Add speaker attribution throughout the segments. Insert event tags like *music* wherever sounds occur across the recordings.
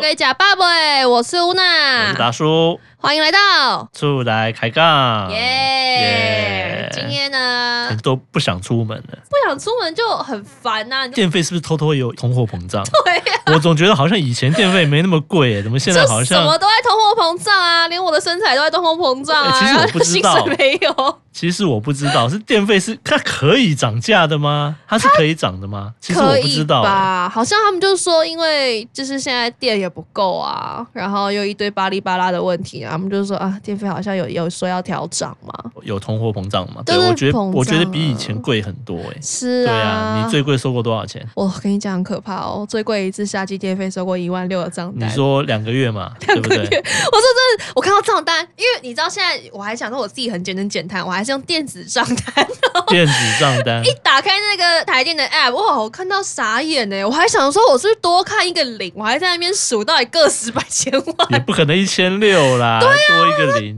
Speaker 1: 给假爸爸，我是乌
Speaker 2: 我
Speaker 1: 娜
Speaker 2: 是，达啊叔，
Speaker 1: 欢迎来到，
Speaker 2: 出来开杠，
Speaker 1: 耶
Speaker 2: 耶！
Speaker 1: 今天呢，
Speaker 2: 都不想出门了。
Speaker 1: 不想出门就很烦啊
Speaker 2: *laughs*
Speaker 1: 呐、你就
Speaker 2: 电费是不是偷偷有通货膨胀？
Speaker 1: 对呀、
Speaker 2: 我总觉得好像以前电费没那么贵耶，怎么现在好
Speaker 1: 就什
Speaker 2: 像
Speaker 1: 么？都在通货膨胀
Speaker 2: *laughs*
Speaker 1: 啊，连我的身材都在通货膨胀啊，
Speaker 2: 哎其实
Speaker 1: 然后
Speaker 2: 我不知道
Speaker 1: 薪水没有，
Speaker 2: 其实我不知道，是电费是它可以涨价的吗？它是可以涨的吗？ *laughs* 其实我
Speaker 1: 可
Speaker 2: 不
Speaker 1: 以
Speaker 2: 知道耶。
Speaker 1: 吧？好像他们就说，因为就是现在电也不够啊，然后又一堆巴哩巴拉的问题啊，他们就说啊，电费好像有有说要调涨嘛，
Speaker 2: 有通货膨胀吗？
Speaker 1: 都
Speaker 2: 对，
Speaker 1: 是
Speaker 2: 我觉得
Speaker 1: 膨胀
Speaker 2: 我觉得比
Speaker 1: 啊
Speaker 2: 以前贵很多哎。
Speaker 1: 是
Speaker 2: 对啊，你最贵收过多少钱？
Speaker 1: 我跟你讲很可怕哦，最贵一次夏季电费收过一万六的账
Speaker 2: 你
Speaker 1: 单。 *laughs*
Speaker 2: 说两个月嘛，对不对？
Speaker 1: 我说真的，我看到账单，因为你知道现在我还想说我自己很简单简单，我还是用电子账单。 *laughs*
Speaker 2: 电子账单
Speaker 1: 一打开那个台电的 app，哇，我看到傻眼欸呢，我还想说我是不是多看一个零，我还在那边数到底个十百千万 *laughs*
Speaker 2: 也不可能一千六啦，
Speaker 1: 啊
Speaker 2: 多一个零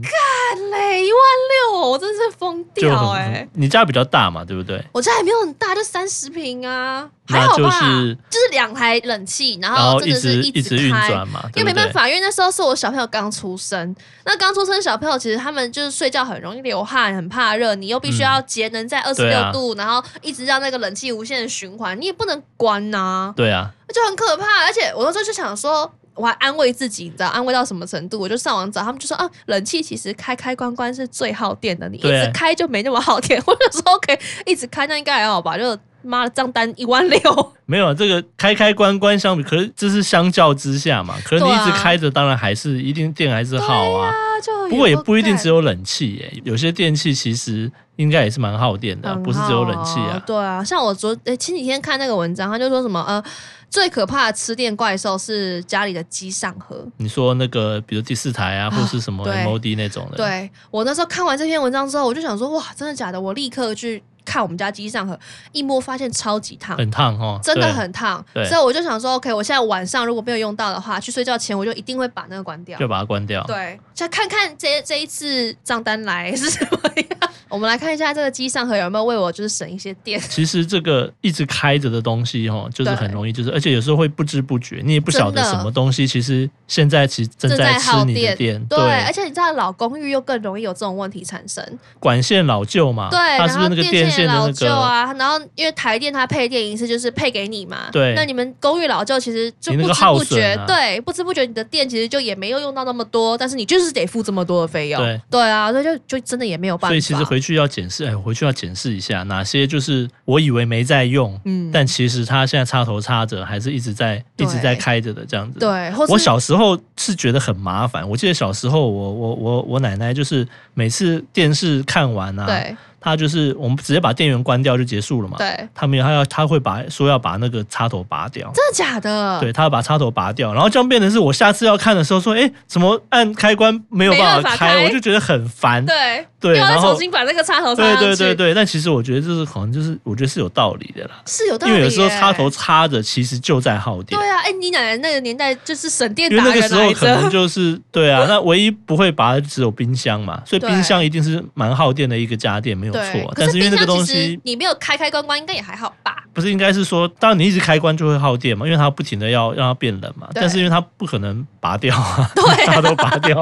Speaker 1: 嘞，一万六，我真是疯
Speaker 2: 就
Speaker 1: 掉哎
Speaker 2: 很。。你家比较大嘛，对不对？
Speaker 1: 我家也没有很大，就三十平啊，还
Speaker 2: 那
Speaker 1: 好吧，
Speaker 2: 就是
Speaker 1: 就是两台冷气，然
Speaker 2: 然后
Speaker 1: 哦真
Speaker 2: 一
Speaker 1: 的是
Speaker 2: 直
Speaker 1: 一
Speaker 2: 直运
Speaker 1: 开，
Speaker 2: 转嘛，
Speaker 1: 因
Speaker 2: 对
Speaker 1: 为
Speaker 2: 不
Speaker 1: 没办
Speaker 2: 对？
Speaker 1: 法，因为那时候是我小朋友刚出生，那刚出生小朋友其实他们就是睡觉很容易流汗，很怕热，你又必须要节能在二十
Speaker 2: 嗯对
Speaker 1: 六
Speaker 2: 啊
Speaker 1: 度，然后一直让那个冷气无限的循环，你也不能关呐、
Speaker 2: 对啊，
Speaker 1: 就很可怕。而且我那时候就想说。我还安慰自己，你知道安慰到什么程度？我就上网找，他们就说啊，冷气其实开开关关是最耗电的，你一
Speaker 2: 对
Speaker 1: 直开就没那么耗电。 *laughs* 我就说 OK，一直开那应该还好吧？就妈的账单一万六，
Speaker 2: 没有啊这个开开关关相比，可是这是相较之下嘛，可是你
Speaker 1: 对
Speaker 2: 一
Speaker 1: 啊
Speaker 2: 直开着，当然还是一定电还是耗啊。
Speaker 1: *laughs* 啊，就
Speaker 2: 不过也不一定
Speaker 1: 有够干
Speaker 2: 只有冷气耶，有些电器其实应该也是蛮耗电的啊、
Speaker 1: 很
Speaker 2: 不是只有冷气
Speaker 1: 好
Speaker 2: 啊。
Speaker 1: 对啊，像我昨诶前几天看那个文章，他就说什么呃，最可怕的吃电怪兽是家里的机上盒。
Speaker 2: 你说那个，比如第四台啊，
Speaker 1: 啊
Speaker 2: 或是什么
Speaker 1: 对
Speaker 2: MOD 那种的，，
Speaker 1: 对我那时候看完这篇文章之后，我就想说哇，真的假的？我立刻去看我们家机上盒，一摸发现超级烫。
Speaker 2: 很烫哦，
Speaker 1: 真的
Speaker 2: 对，
Speaker 1: 很烫，
Speaker 2: 对
Speaker 1: 所以我就想说，OK，我现在晚上如果没有用到的话，去睡觉前我就一定会把那个关掉
Speaker 2: 就。把它关掉。
Speaker 1: 对，再看看这这一次账单来是什么样。 *laughs* 我们来看一下这个机上盒有没有为我就是省一些电。
Speaker 2: 其实这个一直开着的东西，哈，就是
Speaker 1: 对
Speaker 2: 很容易，就是而且有时候会不知不觉，你也不晓得
Speaker 1: 真的
Speaker 2: 什么东西，其实现在其实正
Speaker 1: 正在
Speaker 2: 在吃
Speaker 1: 耗
Speaker 2: 你的
Speaker 1: 电
Speaker 2: 电，
Speaker 1: 对，而且你知道老公寓又更容易有这种问题产生，
Speaker 2: 管线老旧嘛，
Speaker 1: 对，
Speaker 2: 它
Speaker 1: 然
Speaker 2: 是不
Speaker 1: 后
Speaker 2: 是那个
Speaker 1: 电
Speaker 2: 线
Speaker 1: 线
Speaker 2: 的
Speaker 1: 老
Speaker 2: 那
Speaker 1: 旧
Speaker 2: 个？
Speaker 1: 啊，然后因为台电它配电一次就是配给你嘛，
Speaker 2: 对
Speaker 1: 那你们公寓老旧其实就
Speaker 2: 你那
Speaker 1: 不
Speaker 2: 个
Speaker 1: 知
Speaker 2: 耗
Speaker 1: 不觉，
Speaker 2: 损啊
Speaker 1: 对，不知不觉你的电其实就也没有用到那么多，但是你就是得付这么多的费用，
Speaker 2: 对
Speaker 1: 啊，所以就就真的也没有办法，
Speaker 2: 所以其实回去要检视，哎，回去要检视一下哪些就是我以为没在用，
Speaker 1: 嗯，
Speaker 2: 但其实它现在插头插着，还是一直在
Speaker 1: 对
Speaker 2: 一直在开着的这样子。，
Speaker 1: 对，或是
Speaker 2: 我小时候是觉得很麻烦。我记得小时候我，我我我奶奶就是每次电视看完啊，
Speaker 1: 对
Speaker 2: 她就是我们直接把电源关掉就结束了嘛。
Speaker 1: 对，真
Speaker 2: 他没有，她要她会把说要把那个插头拔掉。
Speaker 1: 的假的？
Speaker 2: 对，他要把插头拔掉，然后这样变成是我下次要看的时候说，哎，怎么按开关没有办
Speaker 1: 没办
Speaker 2: 法
Speaker 1: 法开
Speaker 2: 我就觉得很烦。
Speaker 1: 对
Speaker 2: 对
Speaker 1: 又要再
Speaker 2: 然后
Speaker 1: 重新把那个插头插
Speaker 2: 对
Speaker 1: 上去，
Speaker 2: 对对对，但其实我觉得这是可能就是我觉得是有道理的啦，
Speaker 1: 是有道
Speaker 2: 因
Speaker 1: 理耶，
Speaker 2: 为有时候插头插着其实就在耗电
Speaker 1: 对，啊，哎、你奶奶那个年代就是省电
Speaker 2: 因为
Speaker 1: 达
Speaker 2: 那
Speaker 1: 人
Speaker 2: 个时候
Speaker 1: 来
Speaker 2: 可能
Speaker 1: 着，
Speaker 2: 就是对啊，那唯一不会拔的只有冰箱嘛，所以
Speaker 1: 对
Speaker 2: 冰箱一定是蛮耗电的一个家电没有
Speaker 1: 对
Speaker 2: 错，，
Speaker 1: 可
Speaker 2: 但是因为
Speaker 1: 冰
Speaker 2: 那
Speaker 1: 箱
Speaker 2: 个东
Speaker 1: 其实
Speaker 2: 西。
Speaker 1: 你没有开开关关，应该也还好吧？
Speaker 2: 不是应该是说，当然你一直开关就会耗电嘛，因为它不停的要让它变冷嘛。
Speaker 1: 对
Speaker 2: 但是因为它不可能拔掉
Speaker 1: *laughs*
Speaker 2: *laughs* 啊，
Speaker 1: 对啊
Speaker 2: 插头拔掉，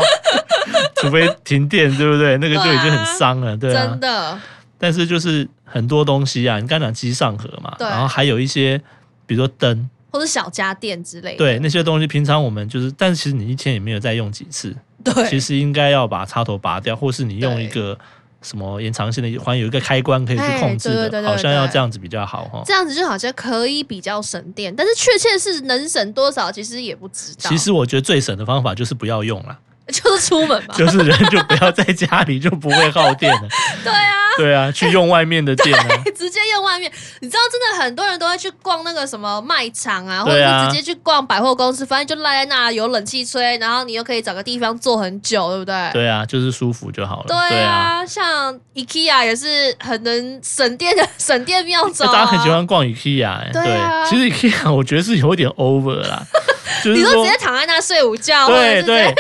Speaker 2: 除非停电，对不对？那个就已经很伤了，对啊
Speaker 1: 真。的，
Speaker 2: 但是就是很多东西啊，你刚才讲机上盒嘛，
Speaker 1: 对
Speaker 2: 然后还有一些，比如说灯，
Speaker 1: 或是小家电之类的，
Speaker 2: 对那些东西，平常我们就是，但是其实你一天也没有再用几次，
Speaker 1: 对
Speaker 2: 其实应该要把插头拔掉，或是你用一个什么延长线的，好像有一个开关可以去控制
Speaker 1: 哎对对对
Speaker 2: 的，
Speaker 1: 对
Speaker 2: 好像要这样子比较好哈。
Speaker 1: 这样子就好像可以比较省电，但是确切是能省多少，其实也不知道。
Speaker 2: 其实我觉得最省的方法就是不要用了，
Speaker 1: *laughs* 就是出门嘛，
Speaker 2: *laughs* 就是人就不要在家里，就不会耗电了。
Speaker 1: 对啊， *laughs*
Speaker 2: 对啊，去用外面的电啊。
Speaker 1: 直接用外面。你知道，真的很多人都会去逛那个什么卖场啊，或者
Speaker 2: 对啊
Speaker 1: 是直接去逛百货公司，反正就赖在那有冷气吹，然后你又可以找个地方坐很久，对不对？
Speaker 2: 对啊，就是舒服就好了。
Speaker 1: 对
Speaker 2: 对啊。
Speaker 1: 啊，像 IKEA 也是很能省电的 *laughs* 省电妙招、
Speaker 2: 欸
Speaker 1: 啊
Speaker 2: 大家很喜。欢逛 IKEA，、欸、
Speaker 1: 对啊
Speaker 2: 其实 IKEA 我觉得是有点 over 啦，就
Speaker 1: 你
Speaker 2: 是
Speaker 1: 说
Speaker 2: 说
Speaker 1: 直接躺在那睡午觉，或者是
Speaker 2: 对
Speaker 1: 在
Speaker 2: 对，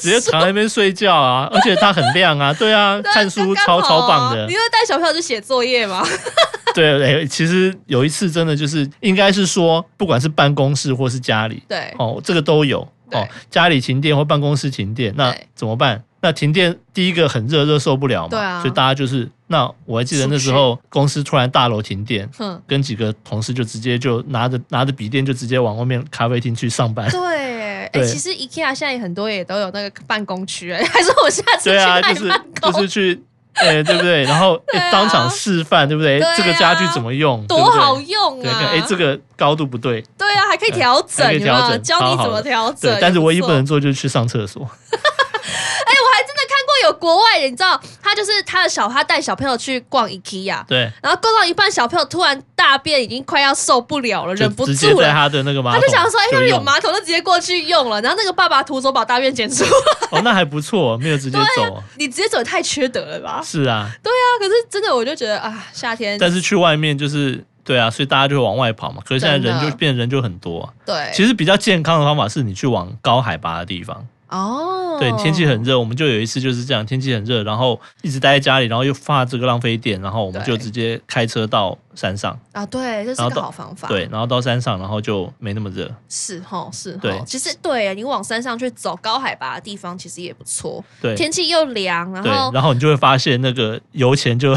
Speaker 2: 直接
Speaker 1: 书
Speaker 2: 躺在那边睡觉啊，而且它很亮啊，对
Speaker 1: *laughs*
Speaker 2: 啊，
Speaker 1: 对啊
Speaker 2: 看书
Speaker 1: 刚
Speaker 2: 超
Speaker 1: 刚好
Speaker 2: 超
Speaker 1: 啊
Speaker 2: 棒的
Speaker 1: 你，会带小朋友去写作业吗？ *laughs*
Speaker 2: 对，欸其实有一次真的就是应该是说，不管是办公室或是家里，
Speaker 1: 对
Speaker 2: 哦，这个都有。
Speaker 1: 对
Speaker 2: 哦，家里停电或办公室停电，那
Speaker 1: 对
Speaker 2: 怎么办？那停电第一个很热，热受不了嘛，
Speaker 1: 对啊
Speaker 2: 所以大家就是，那我还记得
Speaker 1: 出去
Speaker 2: 那时候公司突然大楼停电，
Speaker 1: 哼，
Speaker 2: 跟几个同事就直接就拿着拿着笔电就直接往外面咖啡厅去上
Speaker 1: *laughs*
Speaker 2: 班。
Speaker 1: 对耶，哎，
Speaker 2: 对
Speaker 1: 其实 IKEA 现在很多也都有那个办公区，哎，还是我下次去
Speaker 2: 对啊，
Speaker 1: 买
Speaker 2: 就是
Speaker 1: 办公，
Speaker 2: 就是去，呃，对不对？然后、
Speaker 1: 对啊
Speaker 2: 诶当场示范，对不对？
Speaker 1: 对啊
Speaker 2: 这个家具怎么用？
Speaker 1: 多好
Speaker 2: 对
Speaker 1: 用
Speaker 2: 不对？对，
Speaker 1: 啊！
Speaker 2: 哎，这个高度不对，
Speaker 1: 对啊，还可以调整，
Speaker 2: 还可
Speaker 1: 有
Speaker 2: 以
Speaker 1: 没有
Speaker 2: 调整
Speaker 1: 教你怎么调整。
Speaker 2: 对。但是唯一不
Speaker 1: 错
Speaker 2: 能做就是去上厕所，
Speaker 1: 哎、我还真的看过有国外人，你知道，他就是他的小，他带小朋友去逛 IKEA，
Speaker 2: 对，
Speaker 1: 然后逛到一半，小朋友突然大便已经快要受不了了，
Speaker 2: 就
Speaker 1: 忍不
Speaker 2: 直接
Speaker 1: 住
Speaker 2: 在
Speaker 1: 了。
Speaker 2: 他的那个马
Speaker 1: 他
Speaker 2: 桶
Speaker 1: 就想说，哎、
Speaker 2: 就
Speaker 1: 那里有
Speaker 2: 用
Speaker 1: 马桶，就直接过去用了。然后那个爸爸徒手把大便捡出来， *laughs*
Speaker 2: *laughs* 哦，那还不错，没有直接走。
Speaker 1: 你直接走也太缺德了
Speaker 2: *laughs*
Speaker 1: 吧？
Speaker 2: 是啊，
Speaker 1: 对啊，可是真的，我就觉得啊，夏天
Speaker 2: 但是去外面就是对啊，所以大家就往外跑嘛。可是现在人
Speaker 1: 真
Speaker 2: 就
Speaker 1: 的
Speaker 2: 变人就很多啊、
Speaker 1: 对
Speaker 2: 其实比较健康的方法是你去往高海拔的地方。
Speaker 1: 哦，
Speaker 2: 对，天气很热，我们就有一次就是这样，天气很热，然后一直待在家里，然后又怕这个浪费电，然后我们
Speaker 1: 对
Speaker 2: 就直接开车到山上，
Speaker 1: 啊，对，这
Speaker 2: 然
Speaker 1: 是
Speaker 2: 后
Speaker 1: 个
Speaker 2: 到
Speaker 1: 好方法。
Speaker 2: 对，然后到山上，然后就没那么热。
Speaker 1: 是吼是
Speaker 2: 对
Speaker 1: 吼，其实对啊你往山上去走高海拔的地方，其实也不错，
Speaker 2: 对，
Speaker 1: 天气又凉，然
Speaker 2: 对，
Speaker 1: 后
Speaker 2: 然后你就会发现那个油钱就
Speaker 1: *laughs*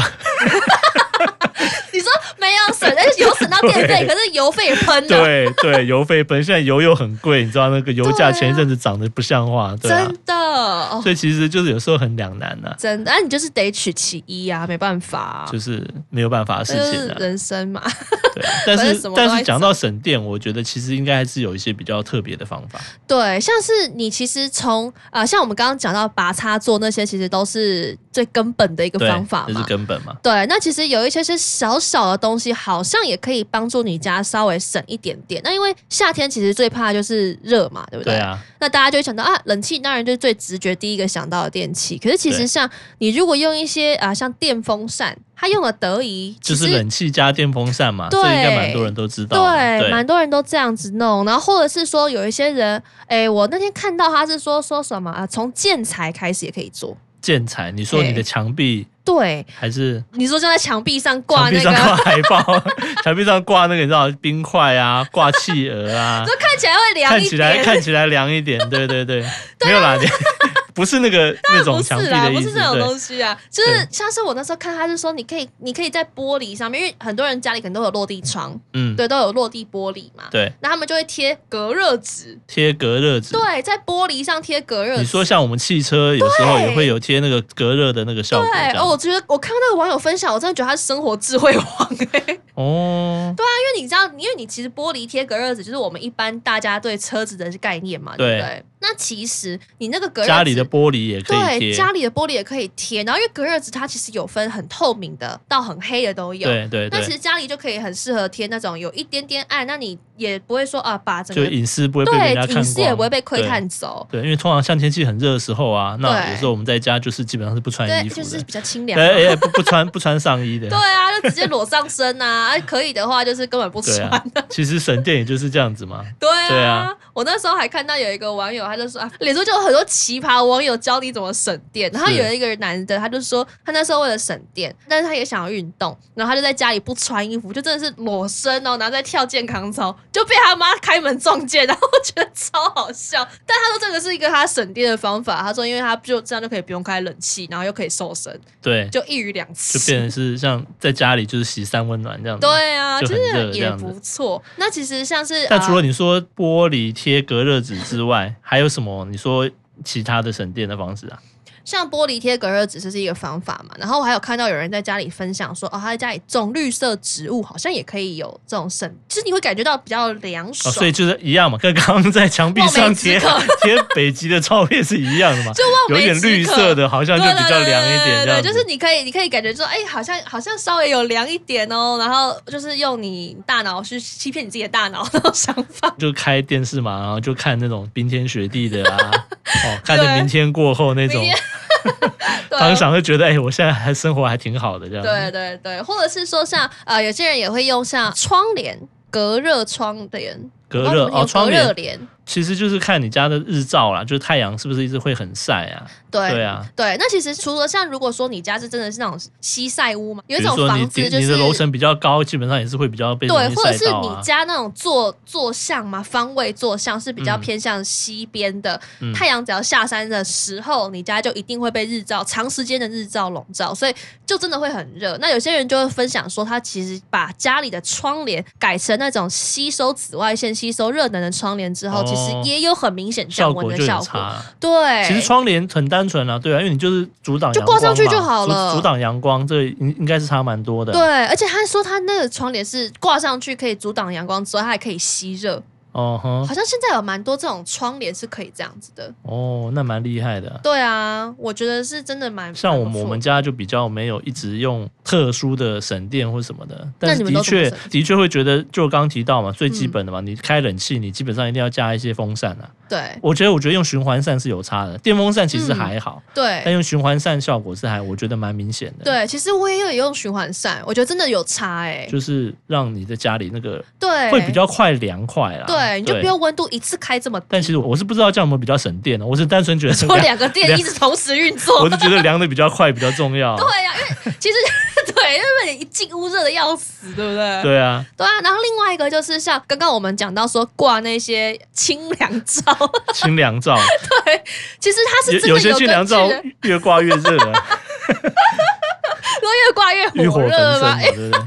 Speaker 1: 你说没有省，但是有省到电费，
Speaker 2: 对
Speaker 1: 可是油费也喷了，
Speaker 2: *laughs* 对啊对油费本现在油又很贵，你知道那个油
Speaker 1: 对
Speaker 2: 价
Speaker 1: 啊
Speaker 2: 前一阵子涨得不像话，对啊，
Speaker 1: 真的哦，
Speaker 2: 所以其实就是有时候很两难呐、
Speaker 1: 真的，那你就是得取其一啊，没办法啊，
Speaker 2: 就是啊没有办法的事
Speaker 1: 这就
Speaker 2: 情
Speaker 1: 是
Speaker 2: 了、
Speaker 1: 人生嘛，
Speaker 2: 对，但
Speaker 1: 反正
Speaker 2: 是
Speaker 1: 什么都
Speaker 2: 但
Speaker 1: 要
Speaker 2: 是
Speaker 1: 一
Speaker 2: 讲到省电，我觉得其实应该还是有一些比较特别的方法。
Speaker 1: 对，像是你其实从啊，像我们刚刚讲到拔插座那些，其实都是最根本的一个
Speaker 2: 对
Speaker 1: 方法
Speaker 2: 这是
Speaker 1: 嘛。
Speaker 2: 根本嘛。
Speaker 1: 对，那其实有一些些小小的东西，好像也可以帮助你家稍微省一点点。那因为夏天其实最怕就是热嘛，对不对？
Speaker 2: 对啊，
Speaker 1: 那大家就会想到啊，冷气当然就是最直觉第一个想到的电器。可是其实
Speaker 2: 对
Speaker 1: 像你如果用一些啊，像电风扇，它用了得宜，
Speaker 2: 就
Speaker 1: 其
Speaker 2: 是
Speaker 1: 实
Speaker 2: 冷气加电风扇嘛，这
Speaker 1: 对
Speaker 2: 应该蛮多人都知道的。
Speaker 1: 对，蛮多人都这样子弄。然后或者是说有一些人，哎，我那天看到他是说说什么啊，从建材开始也可以做。
Speaker 2: 建材，你说你的
Speaker 1: 对
Speaker 2: 墙壁
Speaker 1: 对，
Speaker 2: 还是
Speaker 1: 你说就在墙壁上挂
Speaker 2: 墙壁
Speaker 1: 那
Speaker 2: 上
Speaker 1: 个，
Speaker 2: 挂海报， *laughs* 墙壁上挂那个你知道冰块啊，挂企鹅
Speaker 1: *laughs*
Speaker 2: 啊
Speaker 1: 就，看起来会凉
Speaker 2: 看
Speaker 1: 一
Speaker 2: 起来
Speaker 1: 点。啊
Speaker 2: 看起来凉一点。对
Speaker 1: *laughs*
Speaker 2: 对对，没有啦，你 *laughs* 不是那个那种
Speaker 1: 不
Speaker 2: 墙壁
Speaker 1: 是啦，
Speaker 2: 的
Speaker 1: 不
Speaker 2: 意
Speaker 1: 是
Speaker 2: 思，
Speaker 1: 这种
Speaker 2: 对
Speaker 1: 东西啊，就是
Speaker 2: 对
Speaker 1: 像是我那时候看，他是说你可以，你可以在玻璃上面，因为很多人家里可能都有落地窗，
Speaker 2: 嗯，
Speaker 1: 对，都有落地玻璃嘛，
Speaker 2: 对，
Speaker 1: 那他们就会贴隔热纸，
Speaker 2: 贴隔热纸。
Speaker 1: 对，在玻璃上贴隔热纸。
Speaker 2: 你说像我们汽车有时候也会有贴那个隔热的那个效果，
Speaker 1: 对
Speaker 2: 这，样
Speaker 1: 哦，我觉得我看到那个网友分享，我真的觉得他是生活智慧王哎、因
Speaker 2: 哦，
Speaker 1: 为你知道，因为你其实玻璃贴隔热纸就是我们一般大家对车子的概念嘛，对
Speaker 2: 对
Speaker 1: 不对？那其实你那个隔热纸
Speaker 2: 家里的玻璃也可以
Speaker 1: 对
Speaker 2: 贴，
Speaker 1: 家里的玻璃也可以贴，然后因为隔热纸它其实有分很透明的到很黑的都有。
Speaker 2: 对对
Speaker 1: 那其
Speaker 2: 对，
Speaker 1: 实家里就可以很适合贴那种有一点点暗，那你也不会说啊，把整
Speaker 2: 就
Speaker 1: 个
Speaker 2: 隐私不会被人家看
Speaker 1: 对
Speaker 2: 光，
Speaker 1: 隐私也不会被窥
Speaker 2: 对
Speaker 1: 探走。
Speaker 2: 对，因为通常像天气很热的时候啊，那
Speaker 1: 对
Speaker 2: 有时候我们在家就是基本上是不穿
Speaker 1: 对，
Speaker 2: 衣服
Speaker 1: 就是
Speaker 2: 的，
Speaker 1: 比较清
Speaker 2: 哎
Speaker 1: 凉嘛。
Speaker 2: 哎、哎不不穿不穿上衣的
Speaker 1: *laughs* 对，啊，就直接裸上身啊， *laughs* 啊可以的话就是根本不
Speaker 2: 对
Speaker 1: 穿。
Speaker 2: 啊，其实省电也就是这样子嘛，
Speaker 1: 对啊，
Speaker 2: 对啊
Speaker 1: 我那时候还看到有一个网友，他就说啊，脸书就有很多奇葩网友教你怎么省电。然后有一个男的，他就说他那时候为了省电，但是他也想要运动，然后他就在家里不穿衣服，就真的是裸身哦，然后在跳健康操，就被他妈开门撞见， *laughs* 然后我觉得超好笑。但他说这个是一个他省电的方法，他说因为他就这样就可以不用开冷气，然后又可以瘦身，
Speaker 2: 对，
Speaker 1: 就一鱼两吃。
Speaker 2: 就变成是像在家里就是洗三温暖这样子。
Speaker 1: 对啊，
Speaker 2: 就
Speaker 1: 其
Speaker 2: 很热
Speaker 1: 实
Speaker 2: 这
Speaker 1: 也
Speaker 2: 样子
Speaker 1: 不错。那其实像是
Speaker 2: 那除了
Speaker 1: 呃
Speaker 2: 你说玻璃贴隔热纸之外，还有什么？你说其他的省电的方式啊？
Speaker 1: 像玻璃贴隔热纸，这是一个方法嘛。然后我还有看到有人在家里分享说，哦，他在家里种绿色植物，好像也可以有这种省，就是你会感觉到比较凉
Speaker 2: 哦，
Speaker 1: 爽。
Speaker 2: 所以就是一样嘛，跟刚刚在墙壁上贴
Speaker 1: 望梅
Speaker 2: 贴北极的照片是一样的嘛，
Speaker 1: 就望
Speaker 2: 有
Speaker 1: 梅
Speaker 2: 点
Speaker 1: 止渴
Speaker 2: 绿色的，好像就比较凉
Speaker 1: 对
Speaker 2: 一点这
Speaker 1: 对对对对对，
Speaker 2: 样子。
Speaker 1: 就是你可以，你可以感觉说，哎，好像好像稍微有凉一点哦。然后就是用你大脑去欺骗你自己的 *laughs* 大脑那种想法。
Speaker 2: 就开电视嘛，然后就看那种冰天雪地的
Speaker 1: *laughs*
Speaker 2: 啊，哦，看着
Speaker 1: 对
Speaker 2: 明天过后那种
Speaker 1: 明，天对啊
Speaker 2: 当场就觉得哎、我现在还生活还挺好的这样子。
Speaker 1: 对对对，或者是说像呃，有些人也会用像窗帘。隔热窗帘，
Speaker 2: 隔热哦，窗
Speaker 1: 热
Speaker 2: 帘
Speaker 1: 帘，
Speaker 2: 其实就是看你家的日照啦，就是太阳是不是一直会很晒啊？
Speaker 1: 对
Speaker 2: 对啊，
Speaker 1: 对，那其实除了像如果说你家是真的是那种西晒屋嘛，有
Speaker 2: 比
Speaker 1: 一
Speaker 2: 如
Speaker 1: 种
Speaker 2: 说你
Speaker 1: 房子
Speaker 2: 顶
Speaker 1: 就
Speaker 2: 你
Speaker 1: 是
Speaker 2: 的楼层比较高，基本上也是会比较被容
Speaker 1: 对，
Speaker 2: 易
Speaker 1: 或者
Speaker 2: 晒
Speaker 1: 是
Speaker 2: 到
Speaker 1: 你
Speaker 2: 啊。
Speaker 1: 家那种坐坐向嘛，方位坐向是比较
Speaker 2: 嗯
Speaker 1: 偏向西边的，
Speaker 2: 嗯
Speaker 1: 太阳只要下山的时候，你家就一定会被日照长时间的日照笼罩，所以就真的会很热。那有些人就会分享说，他其实把家里的窗帘改成那种吸收紫外线、吸收热能的窗帘之后，
Speaker 2: 哦
Speaker 1: 其实也有很明显降
Speaker 2: 效
Speaker 1: 温
Speaker 2: 果
Speaker 1: 的
Speaker 2: 就
Speaker 1: 效
Speaker 2: 有
Speaker 1: 果。
Speaker 2: 差啊。
Speaker 1: 对，
Speaker 2: 其实窗帘很单纯啊，对啊，因为你就是阻挡
Speaker 1: 就
Speaker 2: 阳
Speaker 1: 挂
Speaker 2: 光
Speaker 1: 上去
Speaker 2: 嘛
Speaker 1: 就好
Speaker 2: 阻
Speaker 1: 了
Speaker 2: 阻挡阳光，这应应该是差蛮多的。
Speaker 1: 对，而且他说他那个窗帘是挂上去可以阻挡阳光之外，它还可以吸热。
Speaker 2: 哦哼，
Speaker 1: 好像现在有蛮多这种窗帘是可以这样子的。
Speaker 2: 哦，那蛮厉害的。
Speaker 1: 对啊，我觉得是真的蛮
Speaker 2: 像
Speaker 1: 蛮
Speaker 2: 我们
Speaker 1: 不错
Speaker 2: 我们家就比较没有一直用特殊的省电或什么的，
Speaker 1: 那
Speaker 2: 但
Speaker 1: 你
Speaker 2: 是
Speaker 1: 们
Speaker 2: 的
Speaker 1: 都怎么
Speaker 2: 确
Speaker 1: 省嗯
Speaker 2: 的确会觉得，就刚提到嘛，最基本的嘛，你开冷气，你基本上一定要加一些风扇啊。
Speaker 1: 对
Speaker 2: 我觉得我觉得用循环扇是有差的，电风扇其实
Speaker 1: 嗯
Speaker 2: 还好，但
Speaker 1: 对
Speaker 2: 用循环扇效果是还我觉得蛮明显的。，
Speaker 1: 对，其实我也有用循环扇，我觉得真的有差哎、
Speaker 2: 就是让你的家里那个
Speaker 1: 对，
Speaker 2: 会比较快凉快啦。
Speaker 1: 对，你就不用温度一次开这么低，
Speaker 2: 但其实我是不知道这样有没有比较省电的，我是单纯觉得
Speaker 1: 就两个电一直同时运
Speaker 2: 我
Speaker 1: 作。
Speaker 2: 是觉得凉的比较快比较重要。
Speaker 1: 对呀、因为其实 *laughs* 对，因为你一进屋热的要死，对不对？
Speaker 2: 对啊，
Speaker 1: 对啊，然后另外一个就是像刚刚我们讲到说挂那些清凉照，
Speaker 2: 清凉
Speaker 1: *laughs*
Speaker 2: 照，
Speaker 1: 其实它是真的
Speaker 2: 有有些清凉照
Speaker 1: 根据的
Speaker 2: 越挂越热啊，
Speaker 1: *laughs* 越挂越
Speaker 2: 欲火
Speaker 1: 火
Speaker 2: 焚
Speaker 1: 热
Speaker 2: 身
Speaker 1: 吗
Speaker 2: 嘛，？对不对？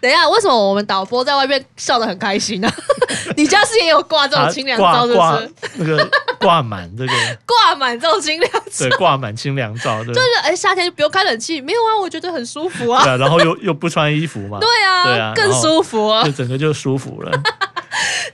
Speaker 1: 等一下，为什么我们导播在外面笑得很开心呢、啊
Speaker 2: *laughs*
Speaker 1: 你家是也有挂 *laughs* 这种清凉
Speaker 2: 挂
Speaker 1: 照，是
Speaker 2: 啊挂
Speaker 1: 不是？
Speaker 2: 那个挂满这个，
Speaker 1: *laughs* 挂满这种清凉照，就
Speaker 2: 对，挂满清凉照，对。
Speaker 1: 是哎、夏天就不用开冷气，没有啊，我觉得很舒服
Speaker 2: *laughs*
Speaker 1: 啊。
Speaker 2: 对啊，然后又又不穿衣服嘛，
Speaker 1: 对啊，
Speaker 2: 对啊
Speaker 1: 更舒服啊
Speaker 2: 就！整个就舒服了。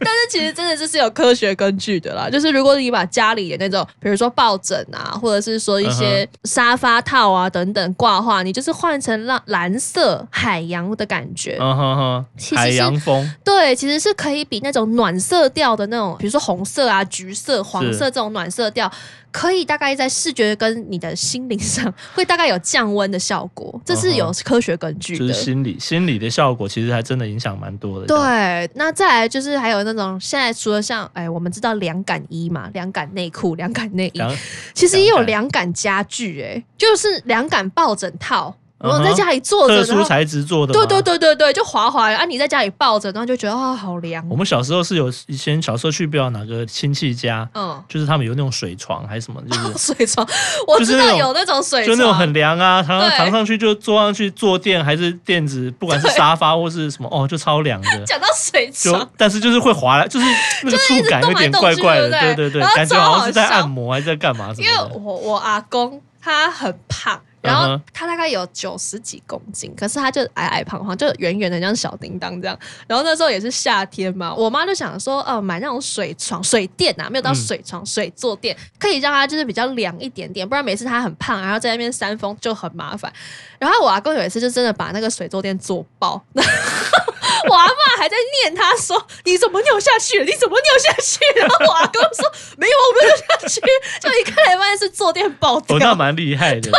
Speaker 1: 但是其实真的就是有科学根据的啦，就是如果你把家里的那种，比如说抱枕啊，或者是说一
Speaker 2: 嗯
Speaker 1: 些沙发套啊等等挂画，你就是换成蓝蓝色海洋的感觉，
Speaker 2: 嗯哼哼
Speaker 1: 其实，是
Speaker 2: 海洋风，
Speaker 1: 对，其实是可以比那种暖色调的那种，比如说红色啊、橘色、黄色这种暖色调，可以大概在视觉跟你的心灵上会大概有降温的效果，这是有科学根据
Speaker 2: 就
Speaker 1: 的。
Speaker 2: 嗯是心理心理的效果，其实还真的影响蛮多的。这样，
Speaker 1: 对，那再来就是还有那种现在除了像哎，我们知道凉感衣嘛，凉感内裤、凉感内衣，
Speaker 2: 然
Speaker 1: 其实也有
Speaker 2: 凉感
Speaker 1: 凉感家具、哎，就是凉感抱枕套，然后在
Speaker 2: 嗯哼
Speaker 1: 家里坐着，
Speaker 2: 特
Speaker 1: 然
Speaker 2: 殊
Speaker 1: 后
Speaker 2: 材质做的，
Speaker 1: 对对。对对对，就滑滑的啊，你在家里抱着，然后就觉得啊、好凉
Speaker 2: 我，们小时候是有以前小时候去不了哪个亲戚家，
Speaker 1: 嗯。
Speaker 2: 就是他们有那种水床还是什么，就是
Speaker 1: 水床，我
Speaker 2: 就是
Speaker 1: 知
Speaker 2: 那
Speaker 1: 道
Speaker 2: 种
Speaker 1: 有那种啊水
Speaker 2: 就
Speaker 1: 床，
Speaker 2: 那种很凉啊，躺
Speaker 1: 对
Speaker 2: 躺上去就坐上去坐垫还是垫子，不管是沙发或是什么，哦，就超凉
Speaker 1: *laughs*
Speaker 2: 的。
Speaker 1: 讲到水
Speaker 2: 就
Speaker 1: 床，
Speaker 2: 但是就是会滑来，就是那个触感有点怪怪的，
Speaker 1: 就是一直动来动去对不对
Speaker 2: 对对对
Speaker 1: 然后，
Speaker 2: 感觉
Speaker 1: 超
Speaker 2: 好像是在
Speaker 1: 好笑
Speaker 2: 按摩还是在干嘛什
Speaker 1: 因为
Speaker 2: 么的。哦
Speaker 1: 我我阿公他很胖，然
Speaker 2: 嗯
Speaker 1: 后
Speaker 2: 哼
Speaker 1: 他大概有九十几公斤，可是他就矮矮胖胖，就圆圆的像小叮当这样。然后那时候也是夏天嘛，我妈就想说，呃，买那种水床、水垫啊，没有到
Speaker 2: 嗯
Speaker 1: 水床、水坐垫，可以让他就是比较凉一点点，不然每次他很胖，然后在那边扇风就很麻烦。然后我阿公有一次就真的把那个水坐垫坐爆。 *laughs* 我阿妈还在念他说：“你怎么尿下去了？你怎么尿下去了？”然后我阿公说：“没有，我没有尿下去。”就一看来发现是坐垫爆掉。
Speaker 2: 哦，那蛮
Speaker 1: *laughs*
Speaker 2: 厉害的，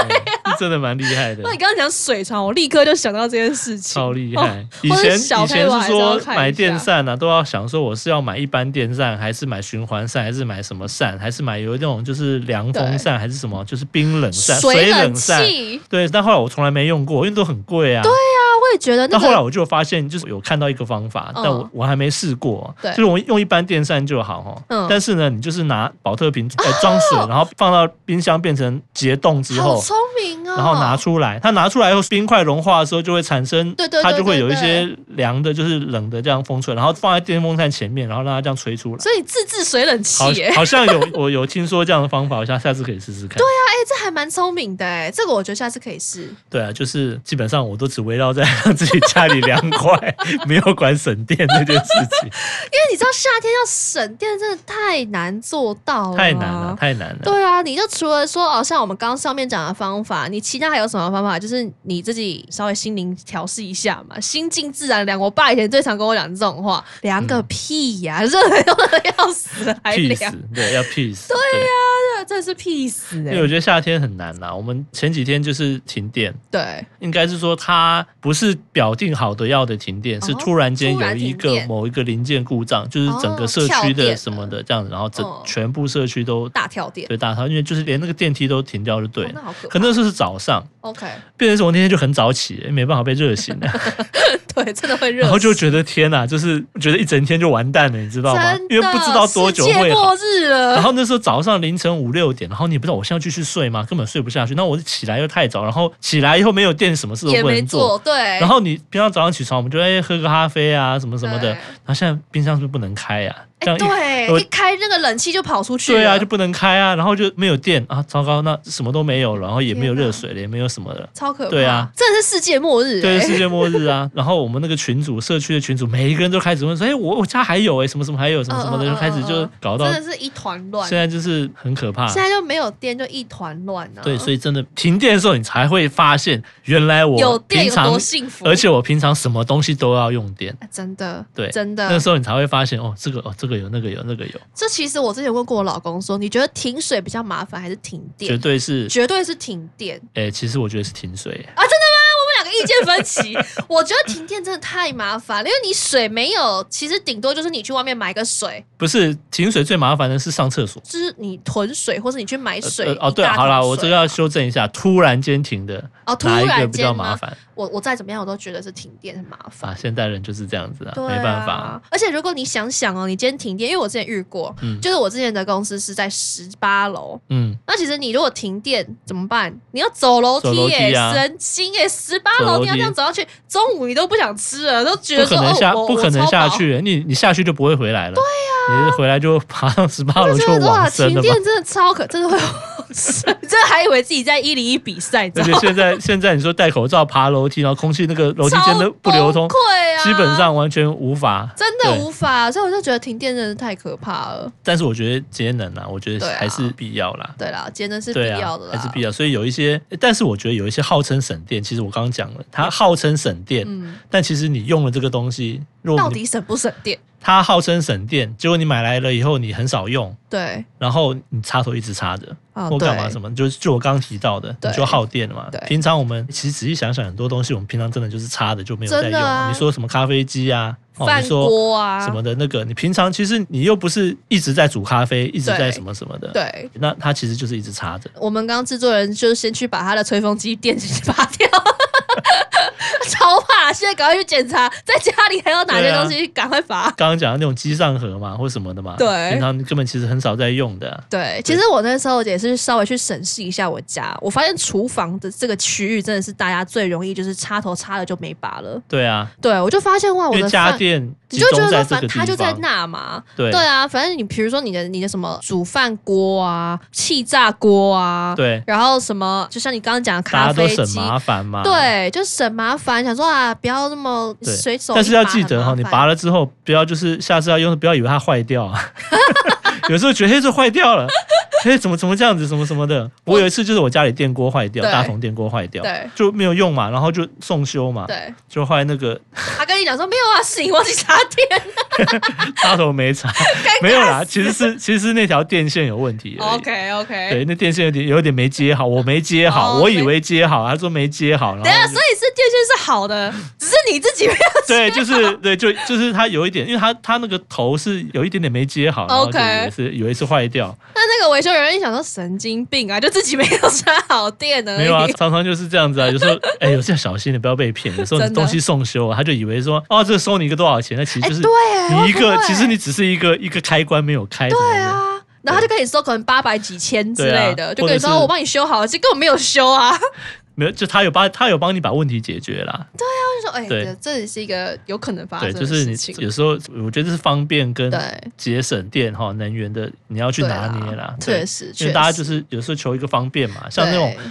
Speaker 1: 啊
Speaker 2: 是真的蛮厉害的
Speaker 1: 那，你刚刚讲水床，我立刻就想到这件事情，哦
Speaker 2: 超厉害。以
Speaker 1: 或者
Speaker 2: 前
Speaker 1: 小
Speaker 2: 以
Speaker 1: 朋友
Speaker 2: 前
Speaker 1: 还
Speaker 2: 是
Speaker 1: 是要
Speaker 2: 说
Speaker 1: 看一下
Speaker 2: 买电扇啊，都要想说我是要买一般电扇，还是买循环扇，还是买什么扇，还是买有那种就是凉风扇，还是什么就是冰冷扇、水
Speaker 1: 水冷
Speaker 2: 冷扇。
Speaker 1: 气。
Speaker 2: 对，但后来我从来没用过，因为都很贵啊。对
Speaker 1: 那我也觉得那
Speaker 2: 但后来
Speaker 1: 个
Speaker 2: 我就发现，就是有看到一个方法，
Speaker 1: 嗯
Speaker 2: 但我我还没试过，
Speaker 1: 对
Speaker 2: 就是我用一般电扇就好哈。
Speaker 1: 嗯
Speaker 2: 但是呢，你就是拿保特瓶呃装
Speaker 1: *laughs*
Speaker 2: 水，然后放到冰箱变成结冻之
Speaker 1: 好
Speaker 2: 后，
Speaker 1: 聪明哦，
Speaker 2: 然后拿出来，它拿出来后冰块融化的时候就会产生，
Speaker 1: 对对对
Speaker 2: 它就会有一
Speaker 1: 对
Speaker 2: 些凉的，就是冷的这样风吹，然后放在电风扇前面，然后让它这样吹出来。
Speaker 1: 所以自制水冷气
Speaker 2: 好
Speaker 1: 耶，，
Speaker 2: 好像有我有听说这样的方法，我下下次可以试试看。对啊，
Speaker 1: 哎，这还蛮聪明的哎，这个我觉得下次可以试。
Speaker 2: 对啊，就是基本上我都只围绕在 *laughs* 让自己家里凉快，没有管省电这件事情。
Speaker 1: 因为你知道夏天要省电真的太难做到了，啊
Speaker 2: 太难了，。太难了。
Speaker 1: 对啊，你就除了说哦，像我们刚刚上面讲的方法，你其他还有什么方法？就是你自己稍微心灵调试一下嘛，心静自然凉。我爸以前最常跟我讲这种话，
Speaker 2: 嗯
Speaker 1: 凉个屁呀、热的热的要死，还
Speaker 2: 屁
Speaker 1: 凉啊
Speaker 2: 死，。对，要屁死。对呀、
Speaker 1: 对
Speaker 3: 真的是屁死
Speaker 2: 因
Speaker 1: 欸
Speaker 3: 哎、
Speaker 2: 为我觉得夏天很难啦。我们前几天就是停电，
Speaker 1: 对，
Speaker 2: 应该是说它不是表定好的要的停电，
Speaker 1: 哦
Speaker 2: 是突然间
Speaker 1: 突然
Speaker 2: 有一
Speaker 1: 停
Speaker 2: 个
Speaker 1: 电
Speaker 2: 某一个零件故障，就是整个
Speaker 1: 哦
Speaker 2: 社
Speaker 1: 跳
Speaker 2: 区的
Speaker 1: 电
Speaker 2: 什么
Speaker 1: 了
Speaker 2: 的这样子，然后整
Speaker 1: 哦
Speaker 2: 全部社区都
Speaker 1: 大跳电，
Speaker 2: 对大超，因为就是连那个电梯都停掉就对
Speaker 1: 哦那
Speaker 2: 了。
Speaker 1: 好可
Speaker 2: 可
Speaker 1: 怕。
Speaker 2: 那时候是早上，
Speaker 1: OK， *laughs*
Speaker 2: 变成是我那天就很早起，没办法被热醒了，
Speaker 1: 对，真的会热死，
Speaker 2: 然后就觉得天哪，就是觉得一整天就完蛋了，你知道吗
Speaker 1: 真？的
Speaker 2: 因为不知道多久
Speaker 1: 世界
Speaker 2: 会好
Speaker 1: 末。日了，
Speaker 2: *laughs* 然后那时候早上凌晨五六点，然后你不知道我现在要继续睡吗？根本睡不下去。那我起来又太早，然后起来以后没有电，什么事都
Speaker 1: 也
Speaker 2: 不
Speaker 1: 没
Speaker 2: 能
Speaker 1: 做，对，
Speaker 2: 然后你平常早上起床，我们就哎喝个咖啡啊，什么什么的。
Speaker 1: 对
Speaker 2: 然后现在冰箱是不是不能开呀、啊？这
Speaker 1: 哎
Speaker 2: 样一
Speaker 1: 对，
Speaker 2: 我
Speaker 1: 一开那个冷气就跑出去了，
Speaker 2: 对啊，就不能开啊，然后就没有电啊，糟糕，那什么都没有了，然后也没有
Speaker 1: 天哪
Speaker 2: 热水了，也没有什么了。
Speaker 1: 超可怕，
Speaker 2: 对啊，
Speaker 1: 真的是世界末日，
Speaker 2: 对，
Speaker 1: 哎
Speaker 2: 世界末日啊！ *laughs* 然后我们那个群主，社区的群主，每一个人都开始问说：“哎、我我家还有哎、什么什么还有什么什么的，
Speaker 1: 嗯嗯嗯
Speaker 2: 就开始就
Speaker 1: 嗯
Speaker 2: 搞到
Speaker 1: 真的是一团乱，
Speaker 2: 现在就是很可怕。
Speaker 1: 现在就没有电，就一团乱啊，
Speaker 2: 对，所
Speaker 1: 以
Speaker 2: 以真的停电的时候，你才会发现原来
Speaker 1: 有
Speaker 2: 我
Speaker 1: 电
Speaker 2: 平
Speaker 1: 有
Speaker 2: 常
Speaker 1: 多，幸福，
Speaker 2: 而且我平常什么东西都要用电。
Speaker 1: 哎真的，
Speaker 2: 对
Speaker 1: 真
Speaker 2: 那
Speaker 1: 的，
Speaker 2: 时候你才会发现哦，这个哦，这个有，那个有，那个有，
Speaker 1: 这其实我之前问过我老公说，你觉得停水比较麻烦还是停
Speaker 2: 绝
Speaker 1: 电？
Speaker 2: 对是。
Speaker 1: 绝对是停电，
Speaker 2: 哎、其实我觉得是停水。
Speaker 1: 我们两个意见分
Speaker 2: *laughs*
Speaker 1: 歧。我觉得停电真的太麻烦了，因为你水没有，其实顶多就是你去外面买个水，
Speaker 2: 不是停水最麻烦的是上厕所。
Speaker 1: 就是你囤水，或是你去买水。
Speaker 2: 呃哦，
Speaker 1: 一
Speaker 2: 对，
Speaker 1: 大桶
Speaker 2: 好啦，
Speaker 1: 水
Speaker 2: 我
Speaker 1: 啊
Speaker 2: 这个要修正一下，突然间停的，
Speaker 1: 哦，突
Speaker 2: 哪一个
Speaker 1: 然
Speaker 2: 比较
Speaker 1: 间
Speaker 2: 麻
Speaker 1: 吗？
Speaker 2: 烦
Speaker 1: 我我再怎么样，我都觉得是停电很麻烦。
Speaker 2: 啊？现代人就是这样子啊，
Speaker 1: 对啊
Speaker 2: 没办法。。
Speaker 1: 而且如果你想想哦，你今天停电，因为我之前遇过，
Speaker 2: 嗯
Speaker 1: 就是我之前的公司是在十八楼。
Speaker 2: 嗯，
Speaker 1: 那其实你如果停电怎么办？你要走楼
Speaker 2: 走
Speaker 1: 梯
Speaker 2: 楼
Speaker 1: 耶，
Speaker 2: 梯啊
Speaker 1: 神经耶！十八
Speaker 2: 走楼
Speaker 1: 楼
Speaker 2: 梯
Speaker 1: 你要这样走上去，中午你都不想吃了，都觉得
Speaker 2: 不可
Speaker 1: 说
Speaker 2: 能下，
Speaker 1: 哦，我
Speaker 2: 不可能下，去，你你下去就不会回来了。对呀、你回来就爬上十八
Speaker 1: 啊我
Speaker 2: 楼
Speaker 1: 超
Speaker 2: 就
Speaker 1: 饱我就觉得哇，
Speaker 2: 往生
Speaker 1: 停
Speaker 2: 了吧？
Speaker 1: 电真的超可，真的会往生， *laughs* 真的还以为自己在一零一比赛，你知
Speaker 2: *laughs* 而
Speaker 1: 道
Speaker 2: 且
Speaker 1: 吗？
Speaker 2: 现在现在你说戴口罩爬楼梯，然后空气那个楼梯间都不流
Speaker 1: 超，
Speaker 2: 通
Speaker 1: 崩溃啊！
Speaker 2: 基本上完全无法。
Speaker 1: 真的
Speaker 2: 对
Speaker 1: 无法，所以我就觉得停电真的太可怕了。
Speaker 2: 但是我觉得节能啊，我觉
Speaker 1: 对
Speaker 2: 得
Speaker 1: 啊
Speaker 2: 还是必要啦。
Speaker 1: 对啦，节能是必
Speaker 2: 对
Speaker 1: 要的啦，
Speaker 2: 啊，还是必要。所以有一些，但是我觉得有一些号称省电，其实我刚刚讲了，它号称省电，
Speaker 1: 嗯，
Speaker 2: 但其实你用了这个东西，如
Speaker 1: 到
Speaker 2: 果哦你
Speaker 1: 底省不省电？
Speaker 2: 它号称省电，结果你买来了以后你很少用，
Speaker 1: 对，
Speaker 2: 然后你插头一直插着。
Speaker 1: 啊，
Speaker 2: 或
Speaker 1: 对
Speaker 2: 干嘛什么，就是就我刚刚提到的，
Speaker 1: 对
Speaker 2: 你就耗电嘛
Speaker 1: 对。
Speaker 2: 平常我们其实仔细想想，很多东西我们平常真的就是插的就没有在
Speaker 1: 真
Speaker 2: 用
Speaker 1: 的
Speaker 2: 啊。
Speaker 1: 啊
Speaker 2: 你说什么咖啡机啊，哦，
Speaker 1: 饭
Speaker 2: 你说
Speaker 1: 锅啊，
Speaker 2: 什么的那个，你平常其实你又不是一直在煮咖啡，一直在
Speaker 1: 对
Speaker 2: 什么什么的，
Speaker 1: 对。
Speaker 2: 那它其实就是一直插着。
Speaker 1: 我们刚刚制作人就先去把他的吹风机电拔掉， *laughs* 超怕！现在赶快去检查，在家里还有哪些东
Speaker 2: 啊
Speaker 1: 西，赶快拔。
Speaker 2: 刚刚讲的那种机上盒嘛，或什么的嘛，
Speaker 1: 对
Speaker 2: 平常根本其实很少在用的啊、
Speaker 1: 对，其实我那时候也是稍微去审视一下我家，我发现厨房的这个区域真的是大家最容易就是插头插了就没拔了。
Speaker 2: 对啊，
Speaker 1: 对，我就发现哇，我
Speaker 2: 因
Speaker 1: 的
Speaker 2: 为家
Speaker 1: 饭
Speaker 2: 电
Speaker 1: 你
Speaker 2: 集
Speaker 1: 就觉
Speaker 2: 中
Speaker 1: 得
Speaker 2: 在
Speaker 1: 说
Speaker 2: 这
Speaker 1: 反
Speaker 2: 个
Speaker 1: 正它就
Speaker 2: 地
Speaker 1: 在
Speaker 2: 方，
Speaker 1: 那嘛。
Speaker 2: 对
Speaker 1: 对啊，反正你比如说你的你的什么煮饭锅啊、气炸锅啊，
Speaker 2: 对，
Speaker 1: 然后什么，就像你刚刚讲的咖
Speaker 2: 大家都
Speaker 1: 啡
Speaker 2: 省
Speaker 1: 机。
Speaker 2: 麻烦嘛。。
Speaker 1: 对，就省麻烦，想说啊，不要那么
Speaker 2: 对
Speaker 1: 随手一拔。
Speaker 2: 但是要记得哈，
Speaker 1: 很
Speaker 2: 你
Speaker 1: 麻
Speaker 2: 拔
Speaker 1: 烦
Speaker 2: 了之后，不要就是下次要用，不要以为它坏掉啊。 *laughs* 有时候觉得嘿，这坏掉了，嘿，怎么怎么这样子，什么什么的。我有一次就是我家里电锅坏掉，
Speaker 1: 对
Speaker 2: 大同电锅坏掉，
Speaker 1: 对
Speaker 2: 就没有用嘛，然后就送修嘛，
Speaker 1: 对，
Speaker 2: 就坏那个
Speaker 1: 他跟你讲说没有啊，是你忘记插
Speaker 2: *laughs*
Speaker 1: 电。
Speaker 2: 插头
Speaker 1: *laughs*
Speaker 2: 没插，没有啦，其实是其实是那条电线有问题而已。
Speaker 1: OK OK。
Speaker 2: 对，那电线有点有点没接好，我没接好，
Speaker 1: 哦
Speaker 2: 我以为接好，他说没接好，然
Speaker 1: 等一下，
Speaker 2: 后
Speaker 1: 所以是电线是好的，只是你自
Speaker 2: *laughs*
Speaker 1: 己没有。
Speaker 2: 就对，就是对，就就是他有一点，因为他他那个头是有一点点没接好，然后就
Speaker 1: OK
Speaker 2: 以为是以为是坏掉，
Speaker 1: 那那个维修人员一想说神经病啊，就自己没有插好电而已。
Speaker 2: 没有啊，常常就是这样子啊，有时候哎，有时候要小心的，不要被骗，有时候你
Speaker 1: 真的
Speaker 2: 东西送修啊，他就以为说哦，这个收你一个多少钱，那其实
Speaker 1: 哎，
Speaker 2: 就是
Speaker 1: 对，
Speaker 2: 你
Speaker 1: 会
Speaker 2: 一
Speaker 1: 不
Speaker 2: 个，
Speaker 1: 会
Speaker 2: 其实你只是一个一个开关没有开，
Speaker 1: 对
Speaker 2: 对，
Speaker 1: 啊，然后他就跟你说可能八百几千之
Speaker 2: 嗯对啊
Speaker 1: 类的，就
Speaker 2: 或者
Speaker 1: 跟你说
Speaker 2: 是
Speaker 1: 哦我帮你修好了，其实根本没有修啊。
Speaker 2: 没有，就他有帮他有帮你把问题解决啦，
Speaker 1: 就说哎，
Speaker 2: 对
Speaker 1: 这这也是一个有可能发
Speaker 2: 对，
Speaker 1: 生的
Speaker 2: 就是
Speaker 1: 事
Speaker 2: 你
Speaker 1: 情。
Speaker 2: 有时候我觉得这是方便跟
Speaker 1: 对，
Speaker 2: 节省电哈能源的，你要去
Speaker 1: 对
Speaker 2: 拿
Speaker 1: 啦
Speaker 2: 捏啦。
Speaker 1: 确实，
Speaker 2: 因为
Speaker 1: 确
Speaker 2: 大家
Speaker 1: 实
Speaker 2: 就是有时候求一个方便嘛，像那种
Speaker 1: 对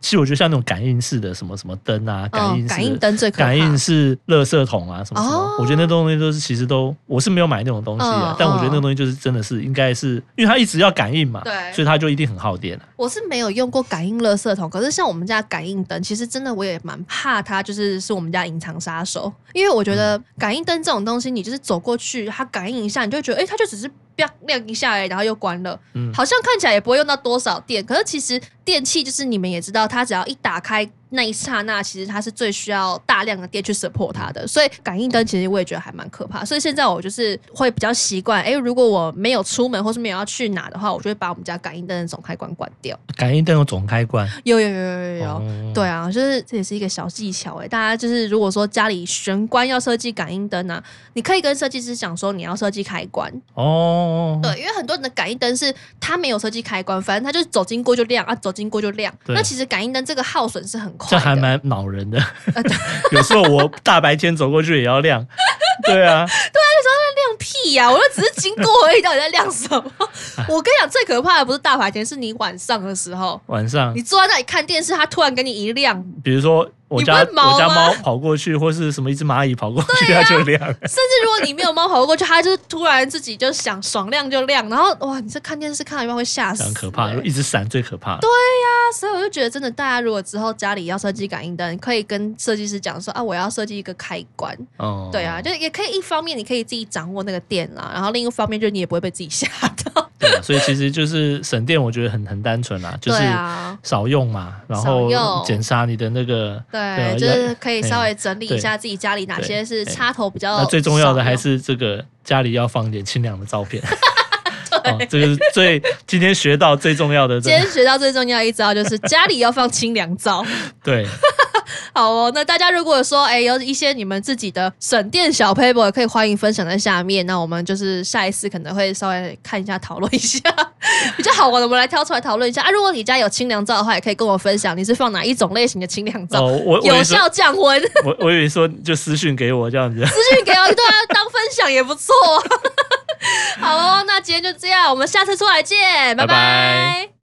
Speaker 2: 其实我觉得像那种感应式的什么什么灯啊，感应
Speaker 1: 嗯，
Speaker 2: 式的、
Speaker 1: 感应灯最可怕
Speaker 2: 感应式垃圾桶啊，什么什么，
Speaker 1: 哦
Speaker 2: 我觉得那东西都是其实都我是没有买那种东西啊，
Speaker 1: 嗯
Speaker 2: 但我觉得那
Speaker 1: 嗯
Speaker 2: 个东西就是真的是应该是因为它一直要感应嘛，
Speaker 1: 对
Speaker 2: 所以它就一定很耗电啊。
Speaker 1: 我是没有用过感应垃圾桶，可是像我们家感应灯，其实真的我也蛮怕它，就是是我们家隐藏杀
Speaker 2: 嗯
Speaker 1: 手。因为我觉得感应灯这种东西，你就是走过去，它感应一下，你就会觉得，哎、它就只是啪亮一下来，然后又关了。
Speaker 2: 嗯
Speaker 1: 好像看起来也不会用到多少电，可是其实电器就是你们也知道，它只要一打开那一刹那，其实它是最需要大量的电去 support 它的。所以感应灯其实我也觉得还蛮可怕。所以现在我就是会比较习惯，哎、如果我没有出门或是没有要去哪的话，我就会把我们家感应灯的总开关关掉。
Speaker 2: 感应灯有总开关，
Speaker 1: *laughs* 有有有有有有。
Speaker 2: 哦
Speaker 1: 对啊，就是这也是一个小技巧哎、大家就是如果说家里玄关要设计感应灯啊，你可以跟设计师讲说你要设计开关，
Speaker 2: 哦，
Speaker 1: 对，因为很多人的感应灯是它没有设计开关，反正它就是走经过就亮啊，走经过就亮。
Speaker 2: 对
Speaker 1: 那其实感应灯这个耗损是很快
Speaker 2: 这
Speaker 1: 的，啊
Speaker 2: 还蛮恼人的。 *laughs* 有时候我大白天走过去也要亮，对啊，
Speaker 1: 亮屁呀、我就只是经过而已，到底在亮什
Speaker 2: *laughs*
Speaker 1: 么？我跟你讲，最可怕的不是大白天，是你晚上的时候，
Speaker 2: 晚上
Speaker 1: 你坐在那里看电视，它突然给你一亮，
Speaker 2: 比如说我
Speaker 1: 你
Speaker 2: 家
Speaker 1: 不会毛
Speaker 2: 我家
Speaker 1: 吗啊
Speaker 2: 猫跑过去，或是什么一只蚂蚁跑过去，它就亮。
Speaker 1: 甚至如果你没有猫跑过去，它就是突然自己就想爽亮就亮，然后哇，你这看电视看到一半会吓死、 *laughs*
Speaker 2: 很可怕，
Speaker 1: 欸
Speaker 2: 一直闪最可怕。
Speaker 1: 啊那所以我就觉得，真的，大家如果之后家里要设计感应灯，可以跟设计师讲说啊，我要设计一个开关。
Speaker 2: 哦
Speaker 1: 对啊，，就也可以一方面你可以自己掌握那个电啦，然后另一方面就是你也不会被自己吓到。
Speaker 2: 对啊，所以其实就是省电，我觉得很很单纯啦， *laughs* 就是
Speaker 1: 对啊，
Speaker 2: 少用嘛，然
Speaker 1: 少
Speaker 2: 后
Speaker 1: 用
Speaker 2: 减杀你的那个。
Speaker 1: 对，
Speaker 2: 啊
Speaker 1: 就是可以
Speaker 2: 要
Speaker 1: 稍微整理一下自己家里哪
Speaker 2: 对
Speaker 1: 些是
Speaker 2: 对
Speaker 1: 插头比较少
Speaker 2: 那
Speaker 1: 用。
Speaker 2: 最重要的还是这个家里要放一点清凉的照片。
Speaker 1: *laughs*
Speaker 2: 哦，这个是最今天学到最重要的这
Speaker 1: 今天学到最重要一招就是家里要放清凉皂。
Speaker 2: 对
Speaker 1: *laughs* 好哦，那大家如果说哎、有一些你们自己的省电小 paper，也可以欢迎分享在下面。那我们就是下一次可能会稍微看一下讨论一下 *laughs* 比较好玩的，我们来挑出来讨论一下啊。如果你家有清凉皂的话，也可以跟我分享你是放哪一种类型的清凉皂。
Speaker 2: 哦，
Speaker 1: *laughs*
Speaker 2: 我我以
Speaker 1: 有
Speaker 2: 为说
Speaker 1: 效降温，资
Speaker 2: 我我以为说就私讯给我这样子。
Speaker 1: 讯给我，对啊，当分享也不 *laughs* 错。好哦，那今天就这样，我们下次出来见，拜拜
Speaker 2: 拜拜